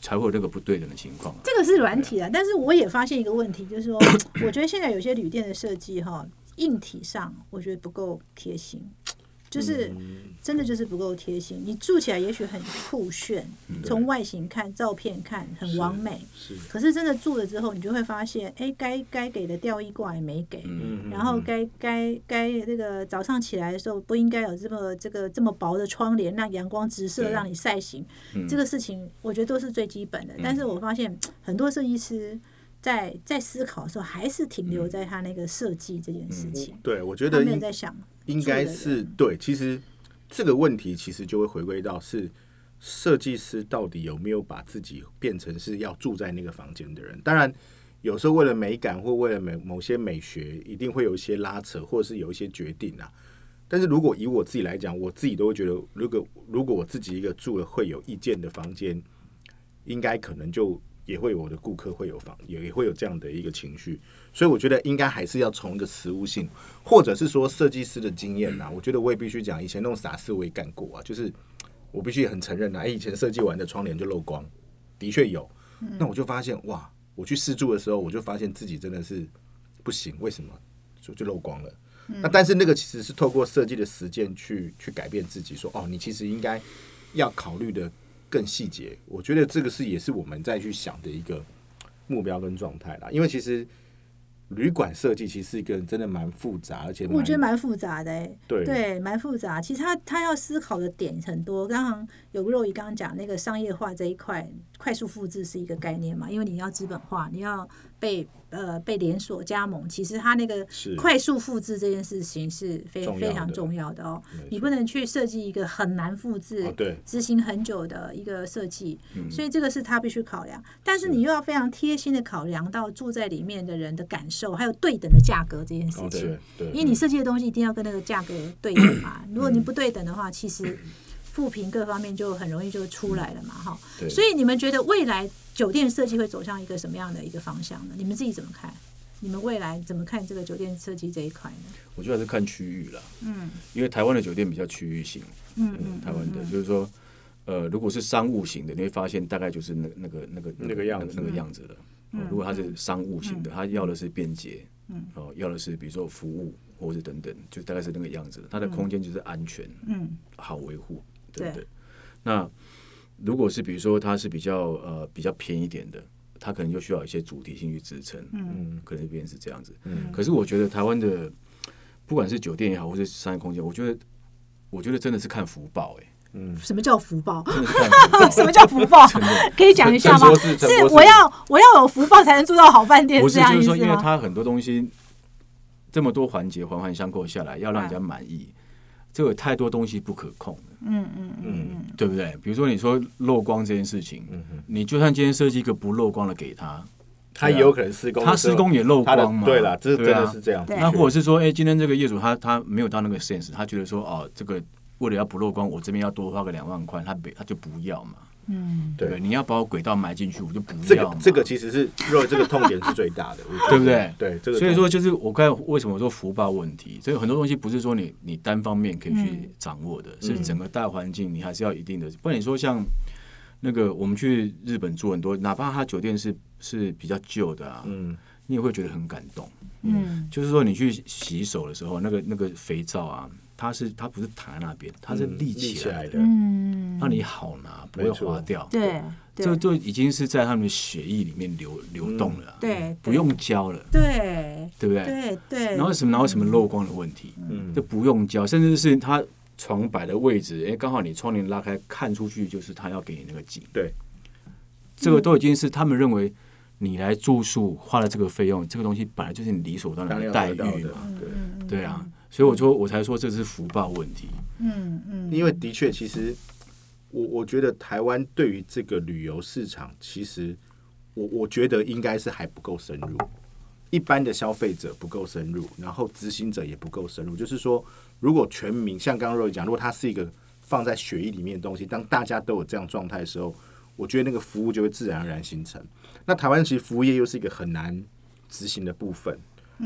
S5: 才会有这个不对等的情况、啊。
S1: 这个是软体啊，但是我也发现一个问题，就是说，我觉得现在有些旅店的设计哈，硬体上我觉得不够贴心，就是。真的就是不够贴心，你住起来也许很酷炫，从外形看、照片看很完美，
S4: 嗯是，
S1: 可是真的住了之后，你就会发现，哎、该该给的吊衣挂也没给，
S4: 嗯
S1: 然后该该该那个早上起来的时候不应该有这么这个这么薄的窗帘，让阳光直射
S5: 对
S1: 让你晒醒，
S5: 嗯
S1: 这个事情我觉得都是最基本的。
S4: 嗯
S1: 但是我发现很多设计师在在思考的时候，还是停留在他那个设计这件事情，
S4: 对，嗯我觉
S1: 他
S4: 得
S1: 没有
S4: 应
S1: 在想，
S4: 应该
S1: 住的
S4: 是对。其实这个问题其实就会回归到是设计师到底有没有把自己变成是要住在那个房间的人。当然，有时候为了美感或为了美某些美学，一定会有一些拉扯，或者是有一些决定啊。但是如果以我自己来讲，我自己都会觉得，如果如果我自己一个住了会有意见的房间，应该可能就也会有我的顾客会有房，也也会有这样的一个情绪。所以我觉得应该还是要从一个实物性，或者是说设计师的经验呐、我觉得我也必须讲，以前那种傻事我也干过啊，就是我必须很承认啊，哎以前设计完的窗帘就漏光，的确有。
S1: 嗯
S4: 那我就发现哇，我去试住的时候，我就发现自己真的是不行，为什么就就漏光了？
S1: 嗯
S4: 那但是那个其实是透过设计的实践去去改变自己说哦，你其实应该要考虑的更细节。我觉得这个是也是我们再去想的一个目标跟状态啦，因为其实旅馆设计其实是一个真的蛮复杂，而且
S1: 我觉得蛮复杂的、欸，
S4: 对
S1: 对，蛮复杂。其实他他要思考的点很多，刚刚有肉姨刚刚讲那个商业化这一块，快速复制是一个概念嘛，因为你要资本化，你要被呃被连锁加盟，其实它那个
S4: 是
S1: 快速复制这件事情是非
S4: 重要的
S1: 非常重要的哦
S4: 没错，
S1: 你不能去设计一个很难复制、
S4: 哦对嗯
S1: 执行很久的一个设计，所以这个是他必须考量。但是你又要非常贴心的考量到住在里面的人的感受，还有对等的价格这件事
S4: 哦
S1: 情。
S4: 对对，
S1: 因为你设计的东西一定要跟那个价格对等嘛。
S5: 嗯
S1: 如果你不对等的话，其实负评各方面就很容易就出来了嘛，哈。
S5: 对
S1: 所以你们觉得未来酒店设计会走向一个什么样的一个方向呢？你们自己怎么看？你们未来怎么看这个酒店设计这一块呢？
S5: 我觉得还是看区域啦，
S1: 嗯
S5: 因为台湾的酒店比较区域性，
S1: 嗯
S5: 嗯，台湾的就是说，呃，如果是商务型的，你会发现大概就是那那个那个
S4: 那个样子
S5: 那个样子了。哦如果它是商务型的，它要的是便捷，哦，要的是比如说服务或者等等，就大概是那个样子。它的空间就是安全，
S1: 嗯
S5: 好维护，对不
S1: 对
S5: 对？那如果是比如说它是比较呃比较偏一点的，它可能就需要一些主题性去支撑，嗯，可能变成是这样子。嗯，可是我觉得台湾的不管是酒店也好，或是商业空间，我觉得我觉得真的是看福报、欸，
S1: 什么叫福报？
S5: 真的是看福报。
S1: 什么叫福 报？可以讲一下吗
S4: 陈博？士陈博士
S1: 我要我要有福报才能住到好饭店，
S5: 不
S1: 这
S5: 是，
S1: 样
S5: 就
S1: 意思
S5: 是说，因为
S1: 吗？
S5: 它很多东西这么多环节环环相扣下来，要让人家满意，这有太多东西不可控了，
S1: 嗯嗯嗯
S4: 嗯
S5: 对不对？比如说你说漏光这件事情，你就算今天设计一个不漏光的给他，
S4: 他也有可能施工的时候，
S5: 他施工也漏
S4: 他的
S5: 光嘛
S4: 对啦，这真
S5: 对啊
S4: 的是这样。
S1: 对
S5: 那或者是说，哎、今天这个业主他他没有到那个 sense，他觉得说，哦，这个为了要不漏光，我这边要多花个两万块，他不他就不要嘛，
S1: 嗯，
S5: 对不对？你要把我轨道埋进去，我就不
S4: 这
S5: 要
S4: 个
S5: 嘛。
S4: 这个其实是若这个痛点是最大的，我觉得
S5: 对不对
S4: 对，这个
S5: 所以说，就是我刚才为什么说福报问题，所以很多东西不是说你你单方面可以
S4: 嗯
S5: 去掌握的，是整个大环境你还是要一定的。不然你说像那个我们去日本住很多，哪怕它酒店是是比较旧的啊，
S4: 嗯
S5: 你也会觉得很感动。
S1: 嗯
S5: 就是说你去洗手的时候，那个那个肥皂啊，它是它不是躺在那边，它是
S4: 嗯
S5: 立
S4: 立
S5: 起
S4: 起
S5: 来
S4: 来
S5: 的，
S4: 的，
S1: 嗯，
S5: 让你好拿，不会
S4: 没错
S5: 滑掉。
S1: 对
S5: 这
S1: 对
S5: 就已经是在他们的血液里面流流动了啊、
S1: 嗯对
S5: 不用教了，
S1: 对
S5: 对不对？
S1: 对对，
S5: 然后什么，然后什么漏光的问题，
S4: 嗯
S5: 就不用教，甚至是他床摆的位置，哎，刚好你窗帘拉开看出去，就是他要给你那个景。
S4: 对，
S5: 这个都已经是他们认为你来住宿花了这个费用，这个东西本来就是你理所当
S4: 当
S5: 然
S4: 然
S5: 的
S4: 要
S5: 待
S4: 得到
S5: 遇
S4: 的嗯
S5: 嘛，，
S1: 嗯
S4: 对。
S5: 对啊，所以我说我才说这是福报问题，
S1: 嗯嗯，
S4: 因为的确，其实我我觉得台湾对于这个旅游市场，其实我我觉得应该是还不够深入，一般的消费者不够深入，然后执行者也不够深入。就是说，如果全民像刚刚若 o 讲，如果它是一个放在血液里面的东西，当大家都有这样状态的时候，我觉得那个服务就会自然而然形成。那台湾其实服务业又是一个很难执行的部分，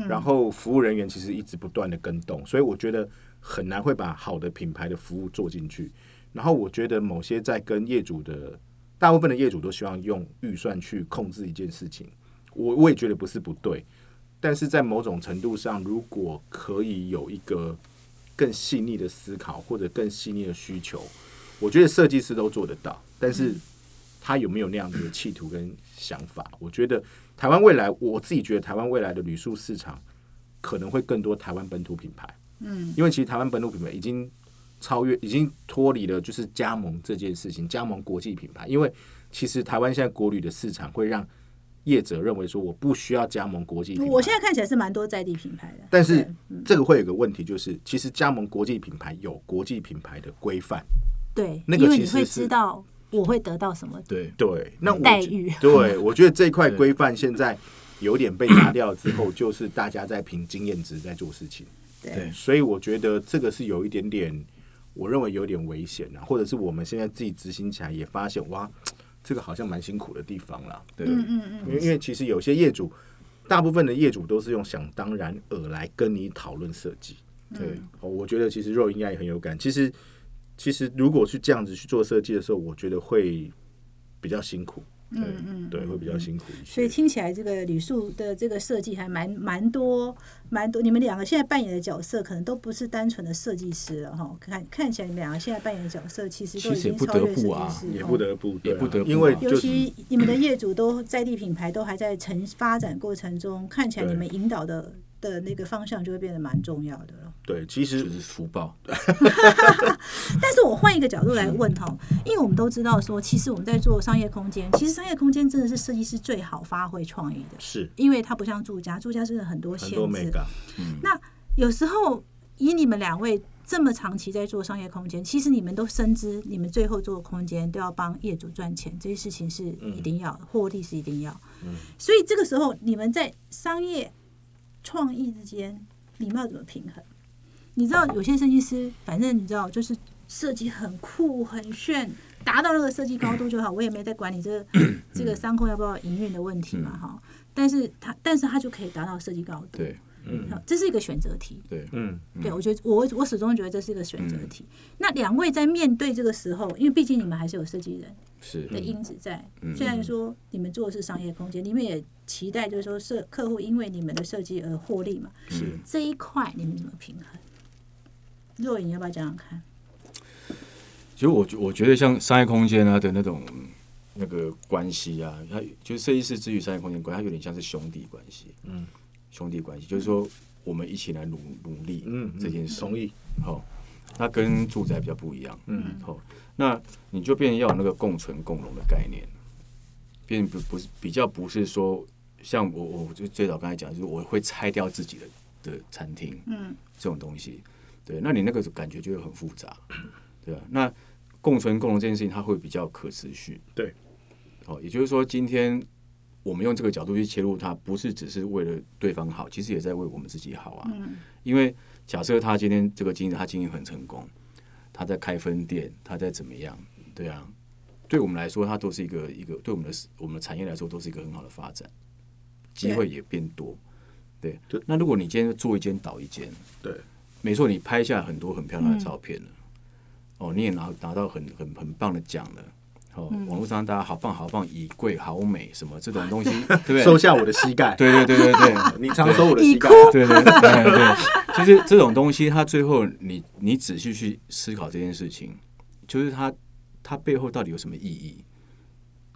S4: 然后服务人员其实一直不断的跟动，所以我觉得很难会把好的品牌的服务做进去。然后我觉得某些在跟业主的，大部分的业主都希望用预算去控制一件事情，我我也觉得不是不对，但是在某种程度上，如果可以有一个更细腻的思考或者更细腻的需求，我觉得设计师都做得到，但是他有没有那样子的企图跟想法？我觉得台湾未来，我自己觉得台湾未来的旅宿市场可能会更多台湾本土品牌，嗯，因为其实台湾本土品牌已经超越，已经脱离了就是加盟这件事情，加盟国际品牌，因为其实台湾现在国旅的市场会让业者认为说我不需要加盟国际品牌，
S1: 我现在看嗯起来是蛮多在地品牌的，
S4: 但是这个会有个问题，就是其实加盟国际品牌有国际品牌的规范，
S1: 对，
S4: 那个
S1: 因为
S4: 其
S1: 你会
S4: 实是
S1: 知道我会得到什么，
S5: 对，
S4: 对，那我
S1: 待
S4: 觉
S1: 遇
S4: 对我觉得这 块规范现在有点被拿掉之后，就是大家在凭经验值在做事 情，
S5: 对
S4: 所以我觉得这个是有一点点，我认为有点危险啊，或者是我们现在自己执行起来也发现哇，这个好像蛮辛苦的地方啦，
S5: 对，
S1: 嗯
S4: 因为因为其实有些业主，大部分的业主都是用想当然尔来跟你讨论设计。
S1: 嗯
S5: 对，
S4: 哦，我觉得其实肉应该也很有感。其实，其实如果去这样子去做设计的时候，我觉得会比较辛苦。对，对，会比较辛苦一
S1: 嗯
S4: 些。
S1: 所以听起来这个旅宿的这个设计还蛮蛮多蛮多。你们两个现在扮演的角色可能都不是单纯的设计师了哈，看看起来你们两个现在扮演的角色其实都已
S5: 其实也
S1: 经
S5: 不
S1: 超
S5: 得
S1: 越设计师
S5: 不啊
S1: 了
S4: 也
S1: 哦
S4: 不得不，对啊
S5: 也不得不啊
S4: 因为
S1: 尤
S4: 就是
S1: 其你们的业主都在地品牌都还在成发展过程中，看起来你们引导的的那个方向就会变得蛮重要的了。
S4: 对，其实
S5: 就是福报，
S1: 但是我换一个角度来问哈，因为我们都知道说，其实我们在做商业空间，其实商业空间真的是设计师最好发挥创意的，
S4: 是
S1: 因为它不像住家，住家真的很多限
S4: 很
S1: 制，
S4: 多美感。
S1: 那有时候以你们两位这么长期在做商业空间，其实你们都深知，你们最后做空间都要帮业主赚钱，这些事情是一定要的，获利是一定要。所以这个时候，你们在商业创意之间，你们要怎么平衡？你知道有些设计师，反正你知道，就是设计很酷很炫，达到那个设计高度就好，我也没在管你这个这个商空要不要营运的问题嘛，哈。但是他，但是他就可以达到设计高度。
S5: 对
S1: 好这是一个选择题。
S5: 对，
S4: 嗯，
S1: 对，我觉得我我始终觉得这是一个选择题。那两位在面对这个时候，因为毕竟你们还是有设计人
S5: 是
S4: 嗯
S1: 的因子在，虽然说你们做的是商业空间，你们也期待就是说设客户因为你们的设计而获利嘛，
S5: 是。
S1: 这一块你们怎么平衡？若颖要不要讲讲看？
S5: 其实我觉我觉得像商业空间啊的那种嗯那个关系啊，它就是设计师之于商业空间关系，它有点像是兄弟关系。嗯，兄弟关系就是说我们一起来努努力，
S4: 嗯嗯
S5: 这件事。
S4: 同意。
S5: 好、那跟住宅比较不一样。嗯，好、那你就变成要有那个共存共荣的概念，变不不是比较不是说像我我就最早刚才讲，就是我会拆掉自己的的餐厅，嗯，这种东西，对，那你那个感觉就会很复杂，对啊，那共存共荣这件事情，它会比较可持续。
S4: 对，
S5: 好、哦也就是说，今天我们用这个角度去切入它，不是只是为了对方好，其实也在为我们自己好啊。因为假设他今天这个经营，他经营很成功，他在开分店，他在怎么样，对啊，对我们来说，它都是一个一个对我们的我们的产业来说，都是一个很好的发展，机会也变多。对
S4: 对，
S5: 那如果你今天做一间倒一间，
S4: 对，
S5: 没错，你拍下很多很漂亮的照片了，哦，你也拿拿到很很很棒的奖了，哦，网络上大家好棒好棒，以贵好美什么这种东西，对不对？
S4: 收下我的膝盖，
S5: 对对对对对，
S4: 你常收我的膝盖，啊
S5: 对对对对对，其实这种东西，它最后你你仔细去思考这件事情，就是它它背后到底有什么意义？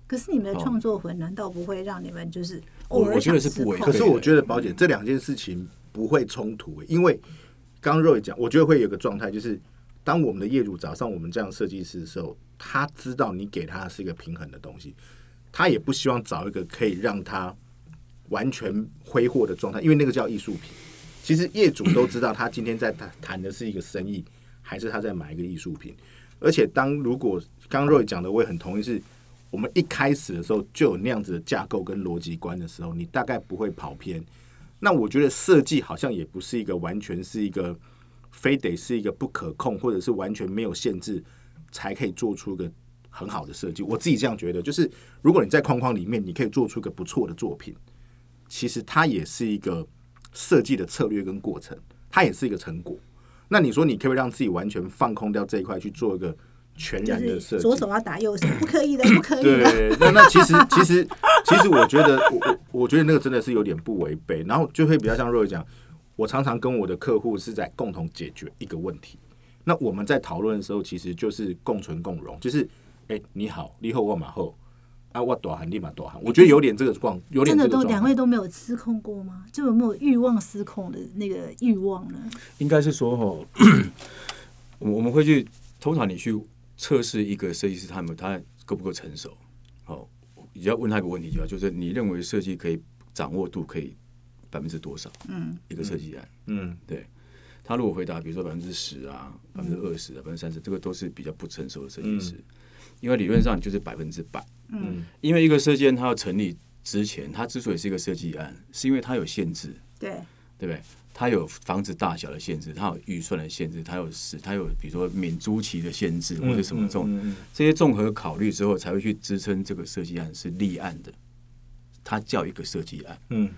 S1: 可是你们的创作魂难道不会让你们就是
S5: 我
S1: 偶尔
S5: 我觉得
S1: 想
S5: 是
S1: 失
S5: 不违
S1: 控
S4: 可是我觉得宝姐这两件事情不会冲突、欸因为刚若也讲，我觉得会有个状态，就是当我们的业主找上我们这样设计师的时候，他知道你给他的是一个平衡的东西，他也不希望找一个可以让他完全挥霍的状态，因为那个叫艺术品。其实业主都知道他今天在谈谈的是一个生意，还是他在买一个艺术品。而且当如果刚若也讲的，我也很同意是。我们一开始的时候就有那样子的架构跟逻辑观的时候，你大概不会跑偏。那我觉得设计好像也不是一个完全是一个非得是一个不可控，或者是完全没有限制才可以做出一个很好的设计。我自己这样觉得，就是如果你在框框里面，你可以做出一个不错的作品，其实它也是一个设计的策略跟过程，它也是一个成果。那你说你可不可以让自己完全放空掉这一块，去做一个全然的
S1: 就
S4: 设
S1: 是
S4: 计？
S1: 左手要打右手，不可 以的，不可以的。
S4: 对， 那那其实其实其实我觉得我我我觉得那个真的是有点不违背，然后就会比较像若 o 讲，我常常跟我的客户是在共同解决一个问题。那我们在讨论的时候，其实就是共存共荣，就是哎、你好，你好我马后啊，我短喊立马短喊，我觉得有点这个状，有
S1: 真
S4: 点这
S1: 的
S4: 个
S1: 都
S4: 状
S1: 两
S4: 况
S1: 位。都没有失控过吗？就有没有欲望失控的那个欲望呢？
S5: 应该是说哦，我 我们会去，通常你去测试一个设计师他们他够不够成熟，哦，你要问他一个问题就好，就是你认为设计可以掌握度可以百分之多少？
S1: 嗯，
S5: 一个设计案，
S4: 嗯，
S5: 对他如果回答比如说百分之十啊、百分之二十啊、百分之三十，这个都是比较不成熟的设计师，因为理论上就是百分之百，
S1: 嗯，
S5: 因为一个设计案它要成立之前，它之所以是一个设计案，是因为它有限制，
S1: 对，
S5: 对不对？它有房子大小的限制，它有预算的限制，它有时，它有比如说免租期的限制，或者什么这种、
S4: 嗯嗯嗯
S5: 这些综合考虑之后，才会去支撑这个设计案是立案的，它叫一个设计案，
S4: 嗯，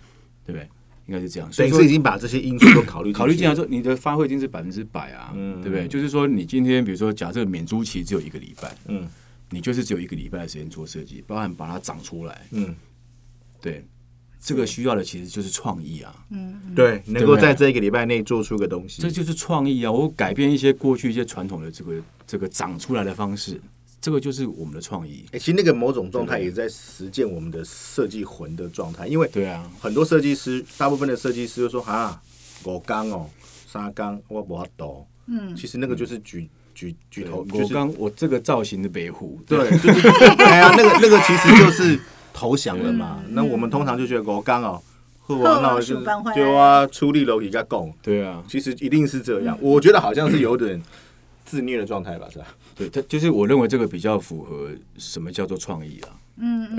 S5: 对不对？应该是这样。所
S4: 等
S5: 以
S4: 于
S5: 说
S4: 是已经把这些因素都考虑
S5: 考虑进
S4: 进
S5: 来
S4: 来
S5: 之后，你的发挥已经是百分之百啊，
S4: 嗯
S5: 对不对？就是说，你今天比如说，假设免租期只有一个礼拜，
S4: 嗯
S5: 你就是只有一个礼拜的时间做设计，包含把它长出来，
S4: 嗯，
S5: 对。这个需要的其实就是创意啊，
S4: 嗯对，啊能
S5: 对
S4: 够
S5: 不对
S4: 在这一个礼拜内做出个东西，
S5: 这就是创意啊！我改变一些过去一些传统的这个这个长出来的方式，这个就是我们的创意。
S4: 欸其实那个某种状态也在实践我们的设计魂的状态，因为
S5: 对啊
S4: 很多设计师，大部分的设计师就说啊，五缸哦，三缸我不要抖，嗯，其实那个就是举举举头，就
S5: 我
S4: 是
S5: 刚我这个造型的维护，
S4: 对，啊 就是哎呀，那个那个其实就是投降了嘛。那我们通常就觉得五缸哦，喝完那我就
S1: 嗯好啊上班回来
S4: 对啊，出力楼给他拱，
S5: 对啊，
S4: 其实一定是这
S1: 嗯
S4: 样。我觉得好像是有点自虐的状态吧，是吧？
S5: 对，它就是我认为这个比较符合什么叫做创意啊。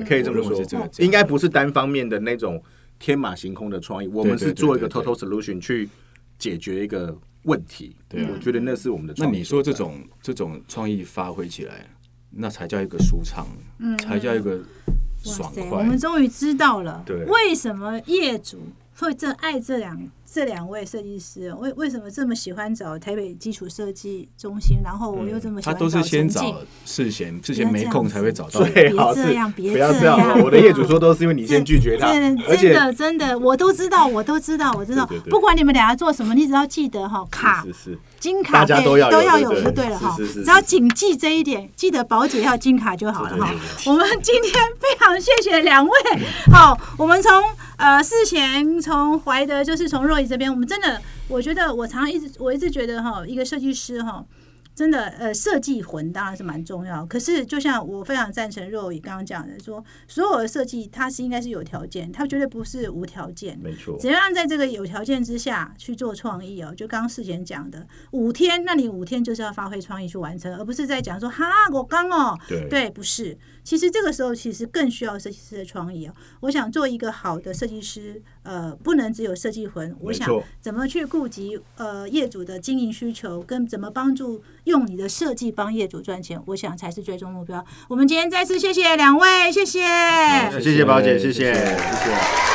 S4: 可以这么
S5: 我认
S4: 说
S5: 为是这个，
S4: 应该不是单方面的那种天马行空的创意，我们是做一个
S5: 对
S4: total
S5: 对
S4: solution 去解决一个问题。
S5: 对啊
S4: 我觉得那是我们的
S5: 那
S4: 创意。
S5: 你说这种这种创意发挥起来，那才叫一个舒畅，才叫一个
S1: 嗯哇
S5: 爽
S1: 塞，我
S5: 快。
S1: 们终于知道了
S4: 对，
S1: 为什么业主会这爱这两这两位设计师，为为什么这么喜欢找台北基础设计中心，然后我又这么喜
S4: 嗯
S5: 他
S1: 欢
S5: 都是
S1: 陈
S5: 先找
S1: 进。
S5: 事先，事
S1: 不
S5: 先
S1: 要
S5: 没
S1: 这
S5: 空
S1: 样
S5: 才
S1: 子
S5: 会找到人。
S4: 最 好
S1: 别这
S4: 是
S1: 样别
S4: 不要
S1: 这
S4: 这样
S1: 样
S4: 哦。我的业主说都是因为你
S1: 这
S4: 先拒绝他
S1: 真，
S4: 而
S1: 的真
S4: 且
S1: 的真的，我都知道，我都知道，我知道。
S4: 对对对
S1: 不管你们俩做什么，你只要记得哈卡
S4: 是是
S1: 金卡
S4: 大家
S1: 对
S4: 都要有
S1: 都要
S4: 对
S1: 就
S4: 对
S1: 对了哈，
S4: 是是是
S1: 只要谨记这一点，记得保姐要金卡就好了
S4: 对对
S1: 哈
S4: 对。
S1: 我们今天非常谢谢两位，好，我们从呃事前从怀德就是从若仪这边，我们真的我觉得我常常一直我一直觉得哈，一个设计师哈。真的，呃，设计魂当然是蛮重要。可是，就像我非常赞成若仪刚刚讲的说所有的设计它是应该是有条件，它绝对不是无条件。
S4: 没错
S1: 怎。么样在这个有条件之下去做创意哦？就刚刚事前讲的五天，那你五天就是要发挥创意去完成，而不是在讲说哈我刚哦，
S4: 对
S1: 不是。其实这个时候其实更需要设计师的创意哦。我想做一个好的设计师，呃，不能只有设计魂。我
S4: 没
S1: 想
S4: 错
S1: 怎么去顾及呃业主的经营需求，跟怎么帮助用你的设计帮业主赚钱，我想才是最终目标。我们今天再次谢谢两位，谢谢
S4: 谢谢宝姐，谢
S5: 谢
S4: 谢，
S5: 谢
S4: 谢谢。